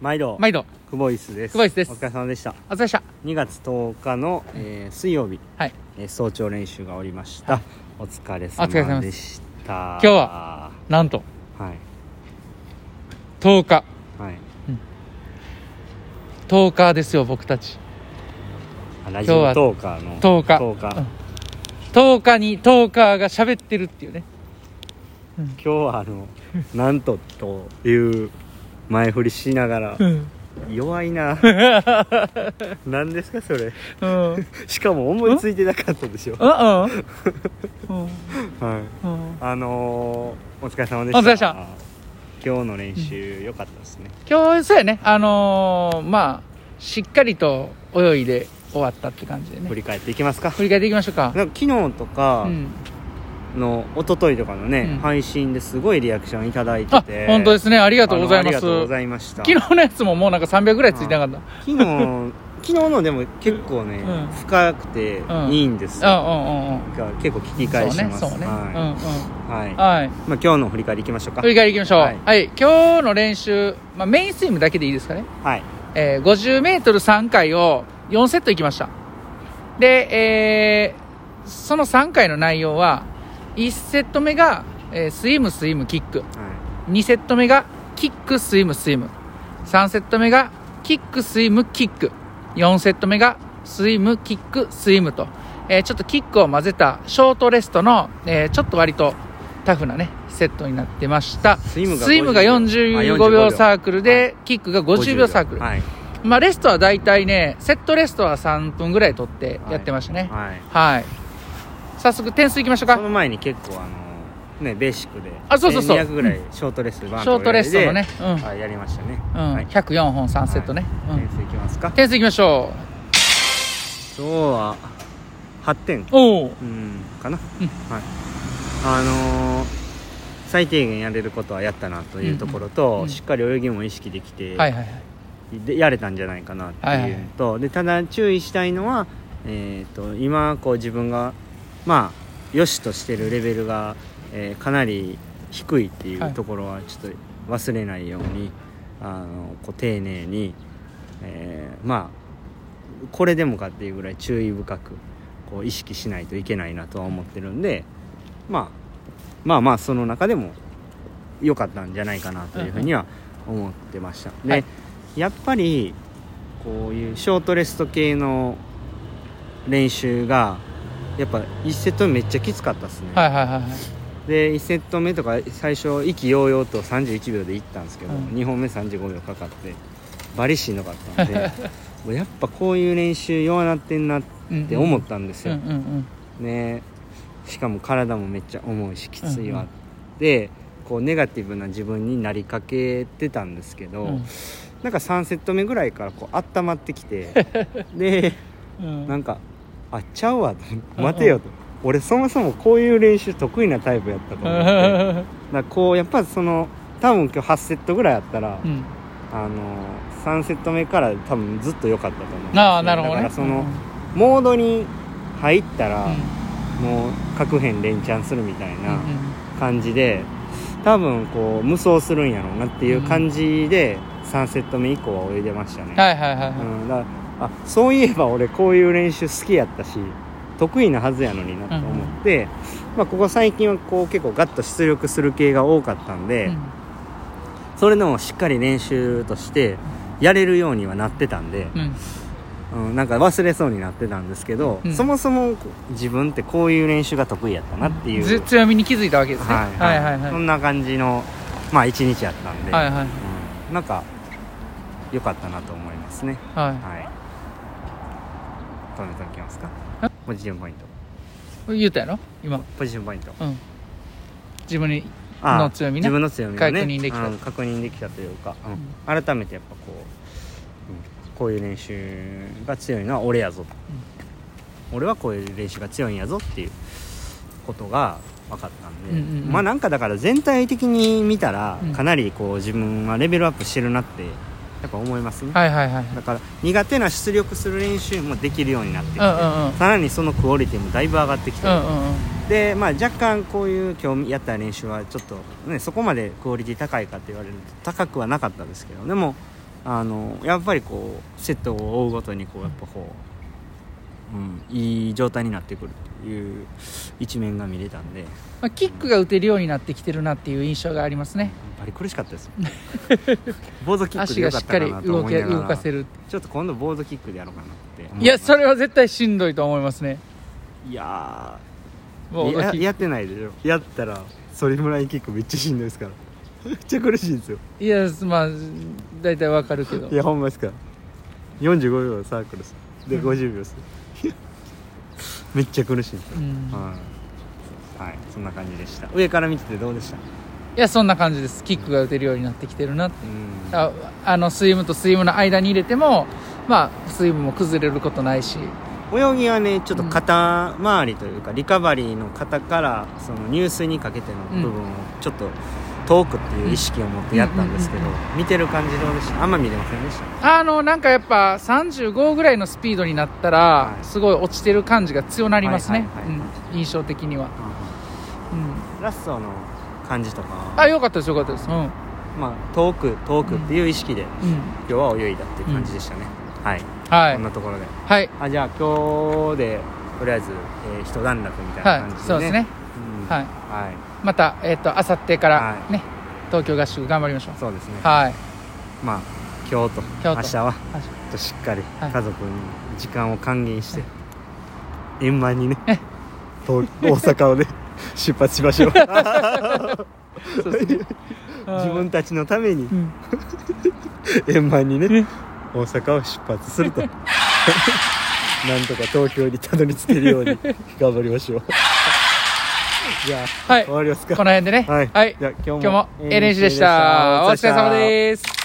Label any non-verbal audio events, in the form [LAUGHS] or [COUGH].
毎度毎度クボイスですクボイスですお疲れ様でしたお疲れ様でした2月10日の、えー水曜日、はいえー早朝練習がおりましたお疲れお疲れ様様ででした今日はなんとはい10日はい10日ですよ僕たちあラジオ今日は10日の10日10日うん10日に10日が喋ってるっていうね今日はあのなんとという前振りしなが [LAUGHS] らうん、弱い [LAUGHS] な何ですかそれうん、うんしかも思いついてなかったでしょうんうんはいうんあのー、お疲れ様でしたお疲れ様でした今日の練習良かったですね、今日そうやねあのーまあしっかりと泳いで終わったって感じで振ねり返っていきますか振り返っていきましょうかなんか昨日とかうんの、一昨日とかのね、うん配信ですごいリアクションいただいてあて本当ですすねありあがとうございのありまがすとうございました昨日のやつももうなんか300ぐらいついてなかっ昨日昨日のでも結構ね、うん深くていいんですよ、たうんうんうんうんが結構聞きそ返うしてねますそうね、うんはうい、はいんはいまあ、今日の振り返りいきましょうか振り返りいきましょう、ははいい今日の練習、まあ、メインスイムだけでいいですかね、はいえー、50m3 回を4セットいきましたで、えーその3回の内容は1セット目が、えースイムスイムキックは2セット目がキックスイムスイム3セット目がキックスイムキック4セット目がスイムキックスイムと、えーちょっとキックを混ぜたショートレストの、えーちょっと割とタフなねセットになってましたスイムが50があ45 45秒秒サークルで、キックがい、 50秒サークル、はいまあ、レストは大体ねセットレストは3分ぐらい取ってやってましたねはい、はい、早速点数いきましょうかその前に結構あのねベーシックであそうそうそう1200ぐらいショートレスバンショートレストのね、うんはいやりましたね、うんはい104本3セットね、はいう点ん数いきますか点数いきましょ今日は8点うおおうんかな、うんはいあのー最低限やれることはやったなというところと、うんうんしっかり泳ぎも意識できて、はいはいはいでやれたんじゃないかなっていうのと、でただ注意したいのは、えー、と今こう自分がまあよしとしてるレベルが、えーかなり低いっていはいうところはちょっと忘れないように、あのこう丁寧に、えーまあこれでもかっていうぐらい注意深くこう意識しないといけないなとは思ってるんで、まあ、まあまあその中でも良かったんじゃないかなというふうには思ってました、で、はいやっぱりこういうショートレスト系の練習がやっぱ1セット目めっちゃきつかったですね、はいはいはいはいで1セット目とか最初意気揚々と31秒でいったんですけど、うん2本目35秒かかってバリしんどかったん [LAUGHS] でもうやっぱこういう練習弱なってんなっうんて思ったんですよ、うんうんうんねしかも体もめっちゃ重いしきついわでこうネガティブな自分になりかけてたんですけど、うんなんか3セット目ぐらいからこう温まってき [LAUGHS] てでうんなんか「あっちゃうわ」と「待てよ」と「俺そもそもこういう練習得意なタイプやったとう思ってんだからこうやっぱその多分今日8セットぐらいあったら、うんあの3セット目から多分ずっと良かったと思うんですよああなるほどだかねらそのモードに入ったら、うんもう各編連チャンするみたいうんな感じで、多分こう無双するんやろうなっていう感じで3セット目以降は泳いでましたね、はいはいはいはいうん、だからあそういえば俺こういう練習好きやったし得意なはずやのになと思って、まあ、ここ最近はこう結構ガッと出力する系が多かったんで、うんそれでもしっかり練習としてやれるようにはなってたんで、うんうん、なんか忘れそうになってたんですけど、うんそもそも自分ってこういう練習が得意やったなっていう、ず強みに気づいたわけですねはいはいはいはいそんな感じのまあ一日やったんで、はいはいうんなんか良かったなと思いますねははい止めておきますかえポジションポイントい言うたやろ今ポジションポイントうん自分にああの強みね自分の強みをね確認できたうん確認できたというか、うん改めてやっぱこう、うんこういう練習が強いのは俺やぞ、俺はこういう練習が強いんやぞっていうことが分かったんで、うんうんうんまあなんかだから全体的に見たらうんかなりこう自分はレベルアップしてるなってやっぱ思いますね、はいはいはいだから苦手な出力する練習もできるようになってきて、うんうんうんさらにそのクオリティもだいぶ上がってきてうる、んうんうんで、まあ、若干こういう今日やった練習はちょっと、ね、そこまでクオリティ高いかって言われると高くはなかったですけどでもあのやっぱりこうセットを追うごとにこうやっぱこう、うん、いい状態になってくるという一面が見れたんでやっまあ、キックが打てるようになってきてるなっていう印象がありますねぱり苦しかったです [LAUGHS] ボードキック足でよがかしっっかたかりなと動思いけながら動かせるちょっと今度ボードキックでやろうかなって思いやそれれは絶対しんどいと思いますねいやもうーやいやってないでしょやったらソリフラインキックめっちゃしんどいですからめっちゃ苦しいんですよやまあ大体わかるけどいやほんまですか45秒サークルですでうん50秒です [LAUGHS] めっちゃ苦しいんですようんはい、はい、そんな感じでした上から見ててどうでしたいやそんな感じですキックが打てるようになってきてるなうんああのスイムとスイムの間に入れてもまあスイムも崩れることないし泳ぎはねちょっと肩周りというかリカバリーの肩からその入水にかけての部分をちょっと遠くっていう意識を持ってやったんですけどうんうん見てる感じどうでしたあんま見れませんでしたあのなんかやっぱ35ぐらいのスピードになったら、はいすごい落ちてる感じが強なりますね、はいはいはうん、印象的には、うん、ラストの感じとかあ良かったです良かったですうん、うん、まあ遠く遠くっていう意識で今日は泳いだっていう感じでしたね、はいはいこんなところではいあじゃあ今日でとりあえず、えー、一段落みたいなは感じで、いねそうですねうんはいはまたえっ、とあさってからはね、東京合宿頑張りましょういそうですねはいまあ今日と今日と明日は明日ちょっとしっかりはい家族に時間を還元して、円満にねえ東大阪 [LAUGHS] をね出発しましょうそうですね自分たちのためにうん円満にねね大阪を出発すると [LAUGHS] なんとか東京にたどり着けるように頑張りましょ [LAUGHS] うじゃあ、はい終わりますかこの辺でねはい、はい、じゃあ今日も今日も NHK NG でしたお疲れ様すです